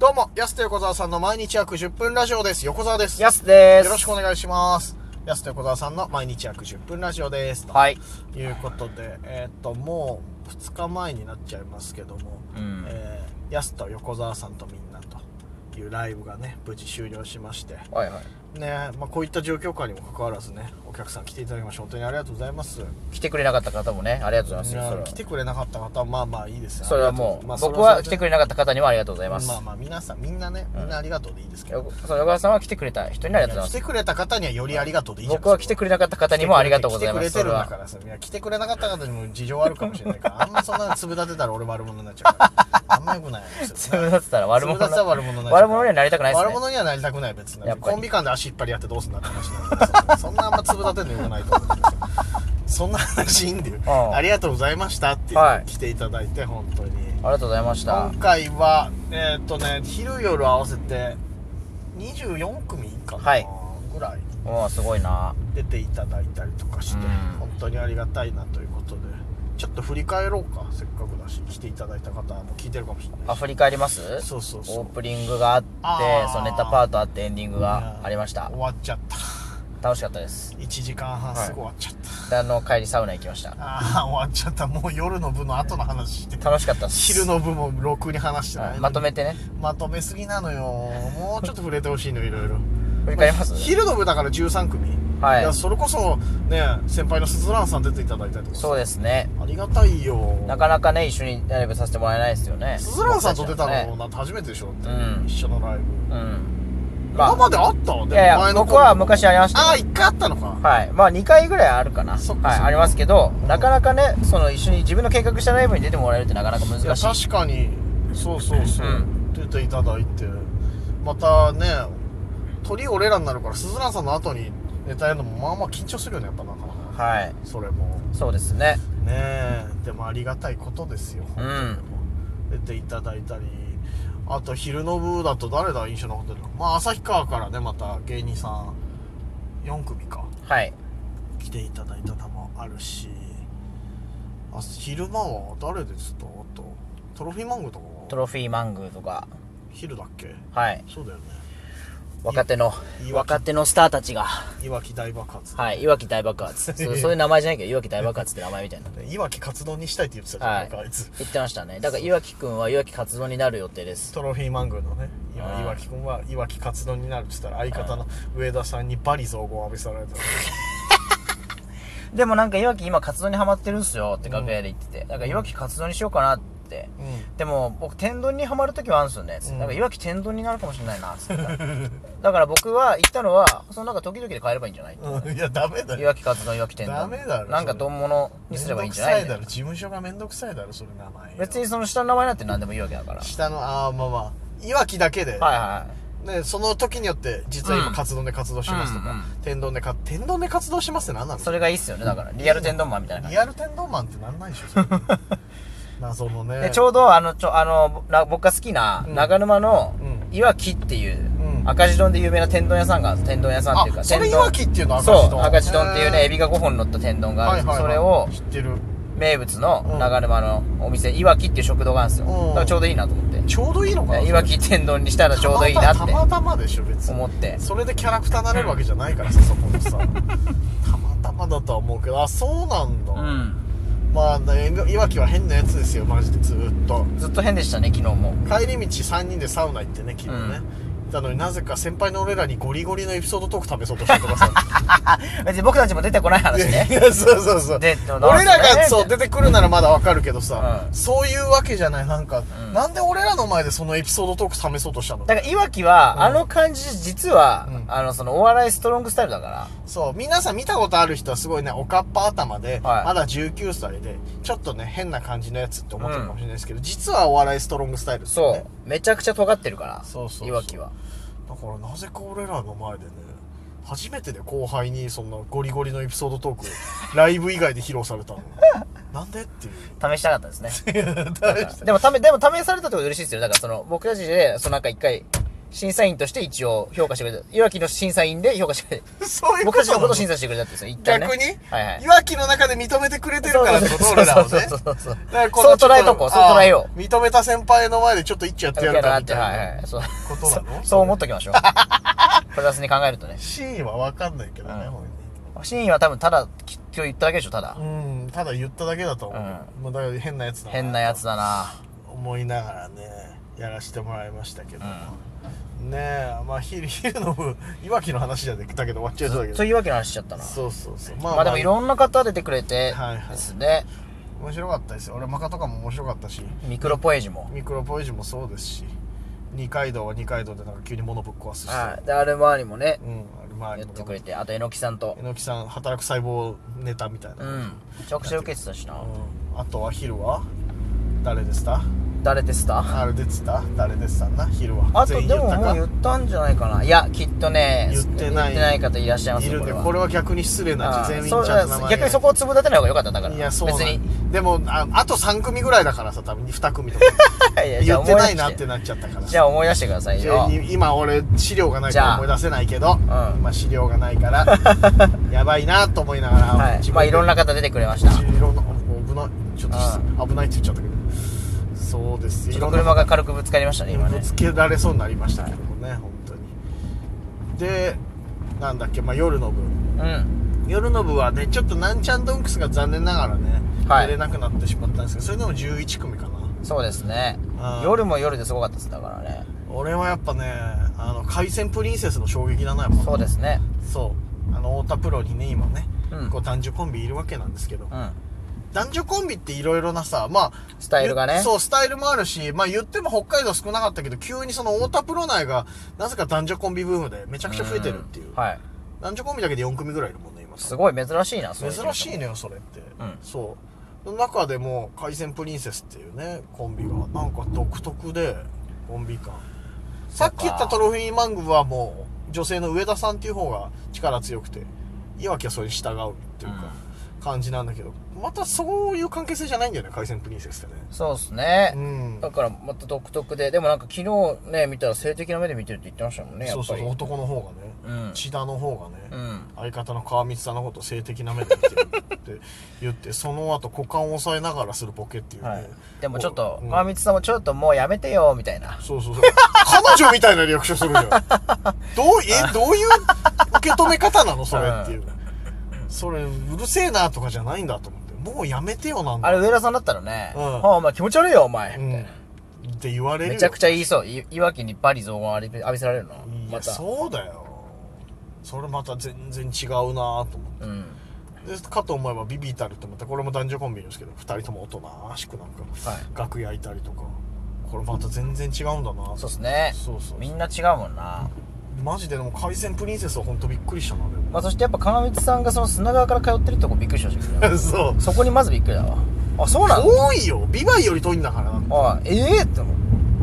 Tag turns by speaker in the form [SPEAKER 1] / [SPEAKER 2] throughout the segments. [SPEAKER 1] どうも、やすと横澤さんの毎日約10分ラジオです。横澤です。
[SPEAKER 2] やすです。
[SPEAKER 1] よろしくお願いします。やすと横澤さんの毎日約10分ラジオです。
[SPEAKER 2] はい。
[SPEAKER 1] ということで、えーっと、もう2日前になっちゃいますけども、
[SPEAKER 2] うん
[SPEAKER 1] えーやすと横澤さんとみんなというライブがね、無事終了しまして、
[SPEAKER 2] はいはい。
[SPEAKER 1] ね、まあ、こういった状況下にもかかわらずね、お客さん来ていただきまして、本当にありがとうございます。
[SPEAKER 2] 来てくれなかった方もね、ありがとうございます。それは
[SPEAKER 1] 来てくれなかった方は、まあまあいいですよ
[SPEAKER 2] それはもう、
[SPEAKER 1] まあ
[SPEAKER 2] 僕は来てく
[SPEAKER 1] れ
[SPEAKER 2] れなかった方にはありがとうございます。
[SPEAKER 1] まあまあ、皆さん、みんなね、みんなありがとうでいいですけど。
[SPEAKER 2] よそう横川さんは来てくれた人にありがとうご
[SPEAKER 1] 来
[SPEAKER 2] ざい
[SPEAKER 1] てくれた方にはよりありがとうでいい
[SPEAKER 2] ま
[SPEAKER 1] じ
[SPEAKER 2] す。
[SPEAKER 1] ゃない
[SPEAKER 2] 僕は来てくれなかった方にもありがとうございます。
[SPEAKER 1] 来てくれてるんだか
[SPEAKER 2] それは
[SPEAKER 1] らさいや来てくれなかった方にも事情あるかもしれないからあんまそんな粒立てたら俺悪者になっちゃうからあんまよくないです
[SPEAKER 2] 粒立てたら悪者
[SPEAKER 1] 粒立てたら悪者になっちゃうから
[SPEAKER 2] 悪者にはなりたくないですね
[SPEAKER 1] 悪者にはなりたくない別に
[SPEAKER 2] やっぱり
[SPEAKER 1] コンビ間で足引っ張り合ってどうすんだって話になるからそんなあんま粒立てるのよくないと思うんですよそんな話いいんだ よ
[SPEAKER 2] うん
[SPEAKER 1] ありがとうございましたっていう
[SPEAKER 2] はい
[SPEAKER 1] 来ていただいて本当に
[SPEAKER 2] ありがとうございました
[SPEAKER 1] 今。回はえーっとね昼夜合わせて24組かな
[SPEAKER 2] はい
[SPEAKER 1] ぐらい
[SPEAKER 2] おーすごいな。
[SPEAKER 1] 出ていただいたりとかして、
[SPEAKER 2] うん
[SPEAKER 1] 本当にありがたいなということでちょっと振り返ろうかせっかくだし来ていただいた方も聞いてるかもしれな
[SPEAKER 2] あ、
[SPEAKER 1] いし
[SPEAKER 2] 振り返ります
[SPEAKER 1] そうそうそう
[SPEAKER 2] オープニングがあって
[SPEAKER 1] あー、
[SPEAKER 2] そのネタパートあってエンディングがありました
[SPEAKER 1] 終。わっちゃった
[SPEAKER 2] 楽しかったです。
[SPEAKER 1] 1時間半
[SPEAKER 2] はい
[SPEAKER 1] すぐ終わっちゃった、
[SPEAKER 2] で、あの、帰りサウナ行きました。
[SPEAKER 1] ああ終わっちゃったもう夜の部の後の話して
[SPEAKER 2] 楽しかったです。
[SPEAKER 1] 昼の部もろくに話してないの
[SPEAKER 2] はい
[SPEAKER 1] に
[SPEAKER 2] まとめてね、
[SPEAKER 1] まとめすぎなのよもうちょっと触れてほしいのいろいろ
[SPEAKER 2] 振り返ります
[SPEAKER 1] 昼の部だから13組、
[SPEAKER 2] はい
[SPEAKER 1] やそれこそね先輩のすずらんさん出ていただいたりとかさ
[SPEAKER 2] そうですね。
[SPEAKER 1] ありがたいよ
[SPEAKER 2] なかなかね、一緒にライブさせてもらえないですよね。
[SPEAKER 1] スズランさんと出た
[SPEAKER 2] ね
[SPEAKER 1] のなんて初めてでしょだって、
[SPEAKER 2] うん
[SPEAKER 1] 一緒のライブ、
[SPEAKER 2] うん。
[SPEAKER 1] 今
[SPEAKER 2] ま
[SPEAKER 1] まであったわ
[SPEAKER 2] あ、いやいや、僕は昔ありましたよ。
[SPEAKER 1] ああ一回あったのか、
[SPEAKER 2] はい。まあ、2回ぐらいあるかな。
[SPEAKER 1] そっか
[SPEAKER 2] はい、
[SPEAKER 1] そっか
[SPEAKER 2] ありますけど、なかなかね、その一緒に自分の計画したライブに出てもらえるってなかなか難
[SPEAKER 1] いや
[SPEAKER 2] し
[SPEAKER 1] 確
[SPEAKER 2] い。
[SPEAKER 1] かにそうそうそう、
[SPEAKER 2] うん
[SPEAKER 1] 出ていただいてまたね鳥俺らになるからスズランさんの後にネタやるのもまあまあ緊張するよねやっぱなかなか
[SPEAKER 2] はい。
[SPEAKER 1] それも
[SPEAKER 2] そうですね。
[SPEAKER 1] ねえでもありがたいことですよ、
[SPEAKER 2] うん
[SPEAKER 1] 本当に出ていただいたりあと昼の部だと誰だ印象残ってるのまあ旭川からねまた芸人さん4組か
[SPEAKER 2] はい。
[SPEAKER 1] 来ていただいたのもあるしあ昼間は誰ですとあとトロフィーマンゴーと
[SPEAKER 2] ト
[SPEAKER 1] か
[SPEAKER 2] ロフィーマングーとか、
[SPEAKER 1] 昼だっけ
[SPEAKER 2] はい。
[SPEAKER 1] そうだよね
[SPEAKER 2] 若手の
[SPEAKER 1] い、いわき
[SPEAKER 2] 若手のスターたちが、
[SPEAKER 1] いわき大爆発
[SPEAKER 2] はい。いわき大 爆発。そうそういう名前じゃないけど、いわき大爆発って名前みたいな。
[SPEAKER 1] でいわきカツ丼にしたいって言ってたじゃん、
[SPEAKER 2] は
[SPEAKER 1] なん
[SPEAKER 2] い
[SPEAKER 1] かあいつ。
[SPEAKER 2] 言ってましたね。だから、いわきくんはいわき活動になる予定です。
[SPEAKER 1] トロフィーマングーのねい
[SPEAKER 2] あ
[SPEAKER 1] や
[SPEAKER 2] ー
[SPEAKER 1] いわき君はいわきカツ丼になるって言ったら相方の上田さんにバリ雑言を浴びせられた
[SPEAKER 2] でもなんか、いわき今活動にハマってるんすよって楽屋で言ってて。だから、いわき活動にしようかなって。
[SPEAKER 1] う
[SPEAKER 2] でも、僕、天丼にハマるときはあるんすよね。つって
[SPEAKER 1] うん
[SPEAKER 2] なんか、いわき天丼になるかもしれないな、つ ってただから僕は言ったのは、そのなんか時々で変えればいいんじゃない
[SPEAKER 1] ん、うん、いやダメだ
[SPEAKER 2] い
[SPEAKER 1] よ
[SPEAKER 2] わき活動、いわき天丼。
[SPEAKER 1] ダメだろ
[SPEAKER 2] なんか
[SPEAKER 1] それ
[SPEAKER 2] 丼物
[SPEAKER 1] め
[SPEAKER 2] にす
[SPEAKER 1] ん
[SPEAKER 2] れ
[SPEAKER 1] ど
[SPEAKER 2] ばいいん
[SPEAKER 1] く
[SPEAKER 2] じゃな
[SPEAKER 1] さ
[SPEAKER 2] い
[SPEAKER 1] いだろ事務所がめんどくさいだろそれ名前
[SPEAKER 2] 別に
[SPEAKER 1] に
[SPEAKER 2] その下の名前なんて何でもいいわけだから。はい
[SPEAKER 1] 下のああまあまあいわきだけで、
[SPEAKER 2] はいは
[SPEAKER 1] ね、その時によって実は今カツ丼で活動しますとか、
[SPEAKER 2] うんうん。
[SPEAKER 1] 天丼でか天丼で活動しますって何ないの
[SPEAKER 2] それがいいっすよね。だから、リアル天丼マンみたいな感じ
[SPEAKER 1] リ。アル天丼マンってなんない でしょそれ謎のね
[SPEAKER 2] でちょうどあのちょあのな僕が好きな
[SPEAKER 1] うん
[SPEAKER 2] 長沼の
[SPEAKER 1] うん
[SPEAKER 2] いわきっていう、
[SPEAKER 1] うん
[SPEAKER 2] 赤字丼で有名な天丼屋さんが天丼屋さんっていうか
[SPEAKER 1] あそれ
[SPEAKER 2] 天
[SPEAKER 1] い
[SPEAKER 2] 丼
[SPEAKER 1] わきっていうの赤字丼
[SPEAKER 2] そう赤字丼っていう
[SPEAKER 1] へ
[SPEAKER 2] ね
[SPEAKER 1] ー
[SPEAKER 2] エビが5本乗った天丼があ
[SPEAKER 1] は
[SPEAKER 2] る
[SPEAKER 1] い
[SPEAKER 2] ん
[SPEAKER 1] は
[SPEAKER 2] です
[SPEAKER 1] い
[SPEAKER 2] よ、
[SPEAKER 1] はい
[SPEAKER 2] そ
[SPEAKER 1] 知ってる
[SPEAKER 2] れを名物の
[SPEAKER 1] うん
[SPEAKER 2] 長沼のお店いわきっていう食堂があるんですよ
[SPEAKER 1] うん
[SPEAKER 2] だからちょうどいいなと思って
[SPEAKER 1] ちょうどいいのかな
[SPEAKER 2] ねいわき天丼にしたらちょうどいいな
[SPEAKER 1] た
[SPEAKER 2] って
[SPEAKER 1] またまでしょ別に
[SPEAKER 2] 思って
[SPEAKER 1] それでキャラクターになれるわけじゃないからさそこもさたまたまだとは思うけどあそうなんだ、
[SPEAKER 2] うん
[SPEAKER 1] まあねいわきは変なやつですよマジでずーっと
[SPEAKER 2] ずっと変でしたね昨日も
[SPEAKER 1] 帰り道3人でサウナ行ってね昨日ね、行ったのになぜか先輩の俺らにゴリゴリのエピソードトーク食べそうとしてと かさ
[SPEAKER 2] 別に僕たちも出てこない話ね
[SPEAKER 1] いやそうそうそう
[SPEAKER 2] でどう
[SPEAKER 1] 俺らがそう
[SPEAKER 2] みた
[SPEAKER 1] 出てくるならまだわかるけどさ、
[SPEAKER 2] うん
[SPEAKER 1] そういうわけじゃないなんか、
[SPEAKER 2] うん
[SPEAKER 1] なんで俺らの前でそのエピソードトーク試そうとしたの
[SPEAKER 2] だからいわきは、あの感じ実は、
[SPEAKER 1] うん
[SPEAKER 2] あのそのお笑いストロングスタイルだから
[SPEAKER 1] そう、皆さん見たことある人はすごいね、おかっぱ頭で、
[SPEAKER 2] はい
[SPEAKER 1] まだ19歳で、ちょっとね、変な感じのやつって思ってるかもしれないですけど、実はお笑いストロングスタイルですよ
[SPEAKER 2] そ
[SPEAKER 1] ね。
[SPEAKER 2] う。めちゃくちゃ尖ってるから。
[SPEAKER 1] そうそうそう
[SPEAKER 2] いわきは。
[SPEAKER 1] だからなぜか俺らの前でね、初めてで後輩にそんなゴリゴリのエピソードトーク、 ライブ以外で披露されたの。なんでって いう。
[SPEAKER 2] 試したかったで すね。
[SPEAKER 1] 大した
[SPEAKER 2] でも、試、でも試されたってこと嬉しいですよ。だから、その、僕たちで、そのなんか一回、審査員として一応評価してくれた。岩木の審査員で評価してくれ た。
[SPEAKER 1] そういうこと
[SPEAKER 2] 僕たちのことを審
[SPEAKER 1] 査
[SPEAKER 2] 査してくれたってさ、一旦ね。
[SPEAKER 1] 逆に、
[SPEAKER 2] はいはい。
[SPEAKER 1] いわきの中で認めてくれてるからってこと
[SPEAKER 2] そう
[SPEAKER 1] 俺らはね
[SPEAKER 2] そうそうそうそう。
[SPEAKER 1] だからこ
[SPEAKER 2] そ
[SPEAKER 1] の
[SPEAKER 2] う捉えとこう、そう捉えよ
[SPEAKER 1] ああ認めた先輩の前でちょっと一致やっ
[SPEAKER 2] う。
[SPEAKER 1] てやるか
[SPEAKER 2] っ
[SPEAKER 1] み
[SPEAKER 2] て、
[SPEAKER 1] たい
[SPEAKER 2] はい
[SPEAKER 1] な
[SPEAKER 2] はい。そう
[SPEAKER 1] ことなの
[SPEAKER 2] そう思っときましょう。 プラスに考えるとね。
[SPEAKER 1] 真意は分かんないけどね、
[SPEAKER 2] うん
[SPEAKER 1] 本
[SPEAKER 2] シーンは多分ただ、き今日言っただけでしょ、ただ
[SPEAKER 1] 当。にうんただ言っただけだと思う、もうだから変なやつだ
[SPEAKER 2] 変なやつだな
[SPEAKER 1] 思いながらねやらしてもらいましたけど、ねえまあ昼 昼の部いわきの話じゃできたけど終わっちゃいそうだけど
[SPEAKER 2] そういうわけの話しちゃったな。
[SPEAKER 1] そうそうそうま
[SPEAKER 2] まあでもいろんな方出てくれて
[SPEAKER 1] はいはい
[SPEAKER 2] ですね。
[SPEAKER 1] 面白かったですよ俺マカとかも面白かったし
[SPEAKER 2] ミクロポエジも。
[SPEAKER 1] ミクロポエジもそうですし二階堂は二階堂でなんか急に物ぶっ壊すし、
[SPEAKER 2] はい。で、あれ周りもね、
[SPEAKER 1] うんあれ周
[SPEAKER 2] や
[SPEAKER 1] り
[SPEAKER 2] っ
[SPEAKER 1] も
[SPEAKER 2] てくれて、あと、えのきさんと
[SPEAKER 1] え。のきさん働く細胞ネタみたいな、
[SPEAKER 2] うん。めちゃくちゃ受けてたしな。
[SPEAKER 1] うんあとは昼は誰でした
[SPEAKER 2] 誰ですた
[SPEAKER 1] あれでした誰でしたな昼は
[SPEAKER 2] あと
[SPEAKER 1] 全員
[SPEAKER 2] で
[SPEAKER 1] 言っ
[SPEAKER 2] も
[SPEAKER 1] た
[SPEAKER 2] も
[SPEAKER 1] か
[SPEAKER 2] う言ったんじゃないかないやきっとね
[SPEAKER 1] 言ってない
[SPEAKER 2] 言ってない方いらっしゃいます
[SPEAKER 1] い
[SPEAKER 2] よ
[SPEAKER 1] る
[SPEAKER 2] こ
[SPEAKER 1] ね
[SPEAKER 2] れは
[SPEAKER 1] これは逆に失礼な
[SPEAKER 2] ああ
[SPEAKER 1] 全員ち
[SPEAKER 2] そ
[SPEAKER 1] ゃ
[SPEAKER 2] うん
[SPEAKER 1] と名前
[SPEAKER 2] 逆にそこを粒立てない方が良かったんだから
[SPEAKER 1] いやそうなん
[SPEAKER 2] 別に
[SPEAKER 1] でもああと3組ぐらいだからさ多分2組とか
[SPEAKER 2] いやじ
[SPEAKER 1] 言
[SPEAKER 2] ゃあ
[SPEAKER 1] ってない
[SPEAKER 2] 思
[SPEAKER 1] なっ
[SPEAKER 2] 出して
[SPEAKER 1] なっちゃったから
[SPEAKER 2] じゃあ思い出してください
[SPEAKER 1] いや
[SPEAKER 2] よ
[SPEAKER 1] い今俺資料がないから思い出せないけど、
[SPEAKER 2] あうん
[SPEAKER 1] 今資料がないから やばいなと思いながら、
[SPEAKER 2] はいまあいろんな方出てくれましたち
[SPEAKER 1] いろんな危ないちょっと失危ないって言っちゃったけどそうです
[SPEAKER 2] ょ
[SPEAKER 1] い
[SPEAKER 2] っ
[SPEAKER 1] ろ
[SPEAKER 2] と
[SPEAKER 1] んな
[SPEAKER 2] 車が軽くぶつかりましたね今
[SPEAKER 1] ぶ
[SPEAKER 2] ね
[SPEAKER 1] つけられそうになりましたけどね、本当にでなんだっけ、まあ、夜の部
[SPEAKER 2] うん
[SPEAKER 1] 夜の部はねちょっとなんちゃんドンクスが残念ながらね、
[SPEAKER 2] はい
[SPEAKER 1] 出れなくなってしまったんですけどそれでも11組かな
[SPEAKER 2] そうですね
[SPEAKER 1] ああ
[SPEAKER 2] 夜も夜ですごかったですだからね
[SPEAKER 1] 俺はやっぱねあの海鮮プリンセスの衝撃だなやっぱ
[SPEAKER 2] そうですね
[SPEAKER 1] そうあの太田プロにね今ね、
[SPEAKER 2] うん
[SPEAKER 1] こう男女コンビいるわけなんですけど、
[SPEAKER 2] うん
[SPEAKER 1] 男女コンビっていろいろなさまあ
[SPEAKER 2] スタイルがね
[SPEAKER 1] そうスタイルもあるしまあ言っても北海道少なかったけど急にその太田プロ内がなぜか男女コンビブームでめちゃくちゃ増えてるっていう、
[SPEAKER 2] んはい
[SPEAKER 1] 男女コンビだけで4組ぐらいいるもんね今
[SPEAKER 2] すごい珍しいなそういう
[SPEAKER 1] 珍しいのよそれって、
[SPEAKER 2] うん
[SPEAKER 1] そうの中でも海鮮プリンセスっていうねコンビがなんか独特でコンビ感さっき言ったトロフィーマングはもう女性の上田さんっていう方が力強くていわきはそれに従うっていうか、感じなんだけどまたそういう関係性じゃないんだよね海鮮プリンセスってね
[SPEAKER 2] そうですね
[SPEAKER 1] うん
[SPEAKER 2] だからまた独特ででもなんか昨日ね見たら性的な目で見てるって言ってましたもんねやっ
[SPEAKER 1] そうそ
[SPEAKER 2] ぱ
[SPEAKER 1] う
[SPEAKER 2] り
[SPEAKER 1] そう男の方がね、
[SPEAKER 2] うん
[SPEAKER 1] 千田の方がね、
[SPEAKER 2] うん
[SPEAKER 1] 相方の川光さんのことを性的な目で見てるって言ってその後股間を押さえながらするボケっていうね、
[SPEAKER 2] はい、でもちょっと
[SPEAKER 1] うん
[SPEAKER 2] 川光さんもちょっともうやめてよみたいな
[SPEAKER 1] そうそうそう。彼女みたいなリアクションするじゃん。どう、え、どういう受け止め方なのそれっていう。それ、うるせえなとかじゃないんだと思って。もうやめてよなんだ。
[SPEAKER 2] あれ上田さんだったらね「
[SPEAKER 1] うん
[SPEAKER 2] はあお前気持ち悪いよお前」
[SPEAKER 1] うん。って言われるよ。
[SPEAKER 2] めちゃくちゃ言いそういいわきにバリ雑言浴び浴びせられるの
[SPEAKER 1] いや
[SPEAKER 2] また
[SPEAKER 1] そうだよ。それまた全然違うなと思って。
[SPEAKER 2] うん
[SPEAKER 1] でかと思えばビビータルってまたこれも男女コンビですけど2人ともおとなしくなんか
[SPEAKER 2] はい
[SPEAKER 1] 楽屋いたりとかこれまた全然違うんだな
[SPEAKER 2] そうっすね
[SPEAKER 1] そうそう
[SPEAKER 2] みんな違うもんな、
[SPEAKER 1] マジででも海鮮プリンセスは本当びっくりしたなでも
[SPEAKER 2] まあ、そしてやっぱ川光さんがその砂川から通ってるとこびっくりしましたけど ね
[SPEAKER 1] そう
[SPEAKER 2] そこにまずびっくりだわあそうなの
[SPEAKER 1] 遠いよビバイより遠いんだから
[SPEAKER 2] あええって思う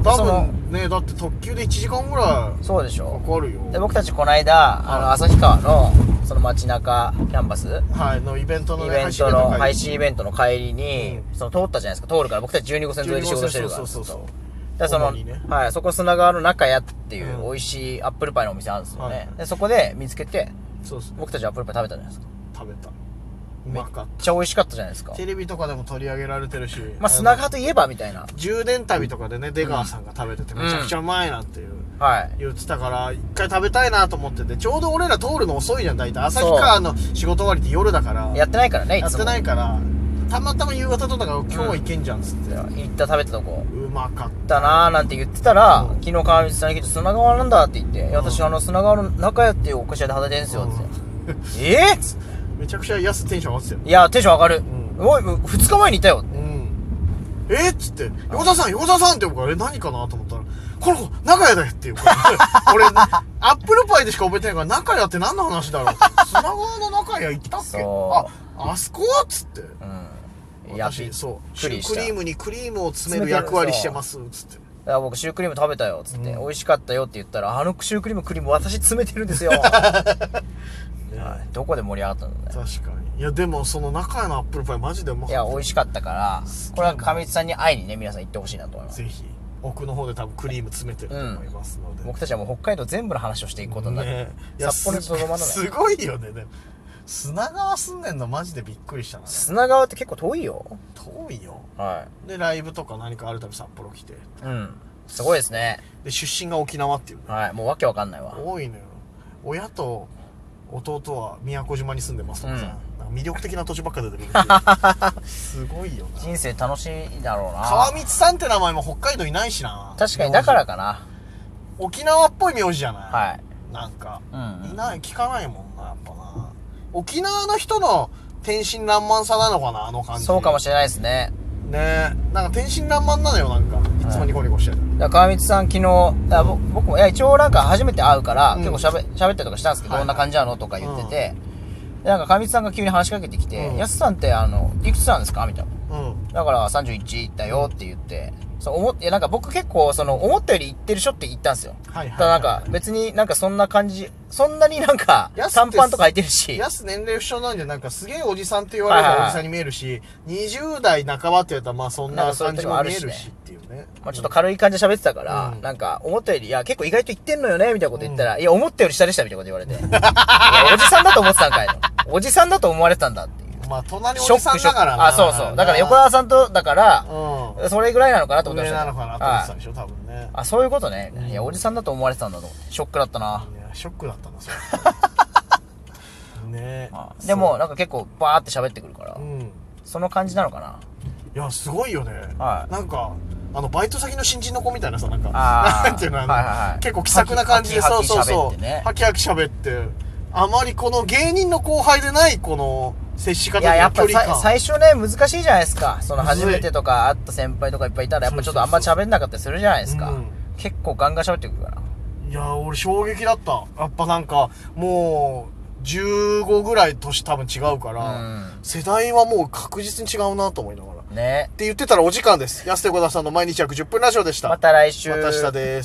[SPEAKER 1] 多
[SPEAKER 2] その
[SPEAKER 1] 分ねだって特急で1時間ぐらい
[SPEAKER 2] そうでしょ
[SPEAKER 1] かかるよ
[SPEAKER 2] で僕たちこの間あの旭川のその街中キャンバス
[SPEAKER 1] はいのイベントの
[SPEAKER 2] イ
[SPEAKER 1] ね
[SPEAKER 2] ベントの配
[SPEAKER 1] 信
[SPEAKER 2] 信イベントの帰りに、
[SPEAKER 1] う
[SPEAKER 2] その通ったじゃないですか通るから僕たち12号線沿いで仕事してるから
[SPEAKER 1] そうそうそう
[SPEAKER 2] でその、
[SPEAKER 1] 主にね
[SPEAKER 2] はい、そこ砂川の中屋っていう
[SPEAKER 1] うん
[SPEAKER 2] 美味しいアップルパイのお店あるんですよね、
[SPEAKER 1] はい
[SPEAKER 2] でそこで見つけて
[SPEAKER 1] そうそう
[SPEAKER 2] 僕たちアップルパイ食べたじゃないですか
[SPEAKER 1] 食べたうまかっ
[SPEAKER 2] めっちゃ美味しかったじゃないですか
[SPEAKER 1] たテレビとかでも取り上げられてるし
[SPEAKER 2] まあ砂川といえばみたいな
[SPEAKER 1] あの充電旅とかでね出川さんが食べてて
[SPEAKER 2] うん
[SPEAKER 1] めちゃくちゃうまいなっていう
[SPEAKER 2] はい
[SPEAKER 1] 言ってたから一回食べたいなと思っててちょうど俺ら通るの遅いじゃん大体旭川の仕事終わりって夜だから
[SPEAKER 2] やってないからねいつ
[SPEAKER 1] や
[SPEAKER 2] も
[SPEAKER 1] ってないからたまたま夕方とかが今日はいけんじゃんっつって、
[SPEAKER 2] 行った食べたとこ
[SPEAKER 1] うまかった
[SPEAKER 2] だなーなんて言ってたら、
[SPEAKER 1] うん
[SPEAKER 2] 昨日川光さんに来て砂川なんだって言って、いや私
[SPEAKER 1] うん
[SPEAKER 2] あの砂川の中屋っていうお菓子屋で働いてるんですよって、 ええー、
[SPEAKER 1] めちゃくちゃ安テンション上がってたよ
[SPEAKER 2] いやテンション上がる、
[SPEAKER 1] う
[SPEAKER 2] おい2日前にいたよ
[SPEAKER 1] うんえっつって「横澤さん横澤さん」って呼ぶから「え何かな?」と思ったら「この子中屋だよ」っていう から俺アップルパイでしか覚えてないから中屋って何の話だろうって砂川の中屋行ったっけあ
[SPEAKER 2] そ
[SPEAKER 1] あそこっつって
[SPEAKER 2] うんいやびっ
[SPEAKER 1] 私そうシュ
[SPEAKER 2] くり
[SPEAKER 1] ー
[SPEAKER 2] し
[SPEAKER 1] ク
[SPEAKER 2] た
[SPEAKER 1] リームにクリームを詰める役割してますっつって
[SPEAKER 2] いや僕シュークリーム食べたよっつって、
[SPEAKER 1] うん
[SPEAKER 2] 美味しかったよって言ったらあのシュークリームクリーム私詰めてるんで すよ、はい、どこで盛り上がったんだね
[SPEAKER 1] 確かにいやでもその中屋のアップルパイマジでうま
[SPEAKER 2] い
[SPEAKER 1] か
[SPEAKER 2] や
[SPEAKER 1] っ
[SPEAKER 2] 美味しかったから
[SPEAKER 1] すげえ
[SPEAKER 2] これは上地さんに会いにね皆さん行ってほしいなと思いま
[SPEAKER 1] た
[SPEAKER 2] す
[SPEAKER 1] ぜひ奥の方で多分クリーム詰めてると思いますので、
[SPEAKER 2] 僕たちはもう北海道全部の話をしていくことになる、
[SPEAKER 1] ねいや
[SPEAKER 2] 札幌にそのままなの
[SPEAKER 1] す すごいよねでも砂川住んでんのマジでびっくりしたな
[SPEAKER 2] 砂川って結構遠いよ
[SPEAKER 1] 遠いよ
[SPEAKER 2] は
[SPEAKER 1] でライブとか何かあるたび札幌来て
[SPEAKER 2] いうんすごいですね
[SPEAKER 1] で出身が沖縄っていうね
[SPEAKER 2] はいもうわけわかんないわ
[SPEAKER 1] 多いのよ親と弟は宮古島に住んでますとかさ、なんか魅力的な土地ばっか出てくるんだ けどすごいよな
[SPEAKER 2] 人生楽しいだろうな
[SPEAKER 1] 川光さんって名前も北海道いないしな
[SPEAKER 2] 確かにだからかな
[SPEAKER 1] 沖縄っぽい名字じゃない、
[SPEAKER 2] はい
[SPEAKER 1] なんか
[SPEAKER 2] うん
[SPEAKER 1] いない聞かないもんなやっぱな沖縄の人の天真爛漫さなのかなあの感じ
[SPEAKER 2] そうかも
[SPEAKER 1] し
[SPEAKER 2] しれないですね
[SPEAKER 1] れないねえなんか天真爛漫なのよなんかいつもニコニコしてる、
[SPEAKER 2] だから川光さん昨日だからぼ僕もいや一応なんか初めて会うから、
[SPEAKER 1] うん
[SPEAKER 2] 結構しゃべ喋ったりとかしたんですけど、
[SPEAKER 1] はいはい
[SPEAKER 2] どんな感じなのとか言ってて、でなんか川光さんが急に話しかけてきて
[SPEAKER 1] うん
[SPEAKER 2] 「やすさんってあのいくつなんですか?」みたいな
[SPEAKER 1] うん
[SPEAKER 2] だから31だよって言って、そう思って、いやなんか僕結構その思ったより言ってるしょって言ったんですよ。
[SPEAKER 1] はいはい、はい、
[SPEAKER 2] ただなんか別になんかそんな感じ、そんなになんか
[SPEAKER 1] 安って
[SPEAKER 2] 短パンとか履いてるし、
[SPEAKER 1] やす年齢不詳なんで、なんかすげえおじさんって言われたらおじさんに見えるし、20代半ばって言ったらまあそん
[SPEAKER 2] な
[SPEAKER 1] な
[SPEAKER 2] んかそうい
[SPEAKER 1] 感
[SPEAKER 2] う
[SPEAKER 1] じ
[SPEAKER 2] 時
[SPEAKER 1] も
[SPEAKER 2] もある
[SPEAKER 1] 見え
[SPEAKER 2] しね
[SPEAKER 1] るしっていうね。
[SPEAKER 2] まあちょっと軽い感じで喋ってたから、
[SPEAKER 1] うん
[SPEAKER 2] なんか思ったより、いや結構意外と言ってんのよねみたいなこと言ったら、いや思ったより下でしたみたいなこと言われて、いやおじさんだと思ってたんかいと。おじさんだと思われてたんだっていう。
[SPEAKER 1] まあ隣おじさんだからな。
[SPEAKER 2] あ、そうそう。だから横田さんと、だから、
[SPEAKER 1] う
[SPEAKER 2] それぐらいなのかなと
[SPEAKER 1] ん。
[SPEAKER 2] 思って
[SPEAKER 1] 上
[SPEAKER 2] まし
[SPEAKER 1] な
[SPEAKER 2] た
[SPEAKER 1] のかなと思ってたんでしょ、多分ね。
[SPEAKER 2] あ、そういうことね。いや、おじさんだと思われてたんだと思って。ショックだったな。
[SPEAKER 1] いやショックだったな、それ。 ね
[SPEAKER 2] あでも、なんか結構バーって喋ってくるから、
[SPEAKER 1] そううん。い
[SPEAKER 2] その感じなのかな
[SPEAKER 1] や、すごいよね。
[SPEAKER 2] はい
[SPEAKER 1] なんか、あの、バイト先の新人の子みたいなさ、なんか、
[SPEAKER 2] あー
[SPEAKER 1] なんていうの、あ
[SPEAKER 2] はいはいは
[SPEAKER 1] の、
[SPEAKER 2] い
[SPEAKER 1] 結構気さくな感じで、
[SPEAKER 2] はき
[SPEAKER 1] そ
[SPEAKER 2] は
[SPEAKER 1] う
[SPEAKER 2] き
[SPEAKER 1] そうそ
[SPEAKER 2] はき喋って
[SPEAKER 1] う
[SPEAKER 2] ね。
[SPEAKER 1] はきはき喋って、あまりこの芸人の後輩でない、この、接し方
[SPEAKER 2] いややっ
[SPEAKER 1] の距
[SPEAKER 2] ぱ
[SPEAKER 1] 離感。
[SPEAKER 2] さ最初ね難しいじゃないですかその
[SPEAKER 1] むずい
[SPEAKER 2] 初めてとか会った先輩とかいっぱいいたらやっぱちょっとあんま喋んなかったりするじゃないですか、
[SPEAKER 1] うん
[SPEAKER 2] 結構ガンガン喋ってくるから
[SPEAKER 1] いや、俺衝撃だった。やっぱなんか、もう、15ぐらい年多分違うから、
[SPEAKER 2] うん
[SPEAKER 1] 世代はもう確実に違うなと思いながら。っ
[SPEAKER 2] ね
[SPEAKER 1] て言ってたらお時間です。安手小田さんの毎日約10分ラジオでした。
[SPEAKER 2] また来週
[SPEAKER 1] また明日です。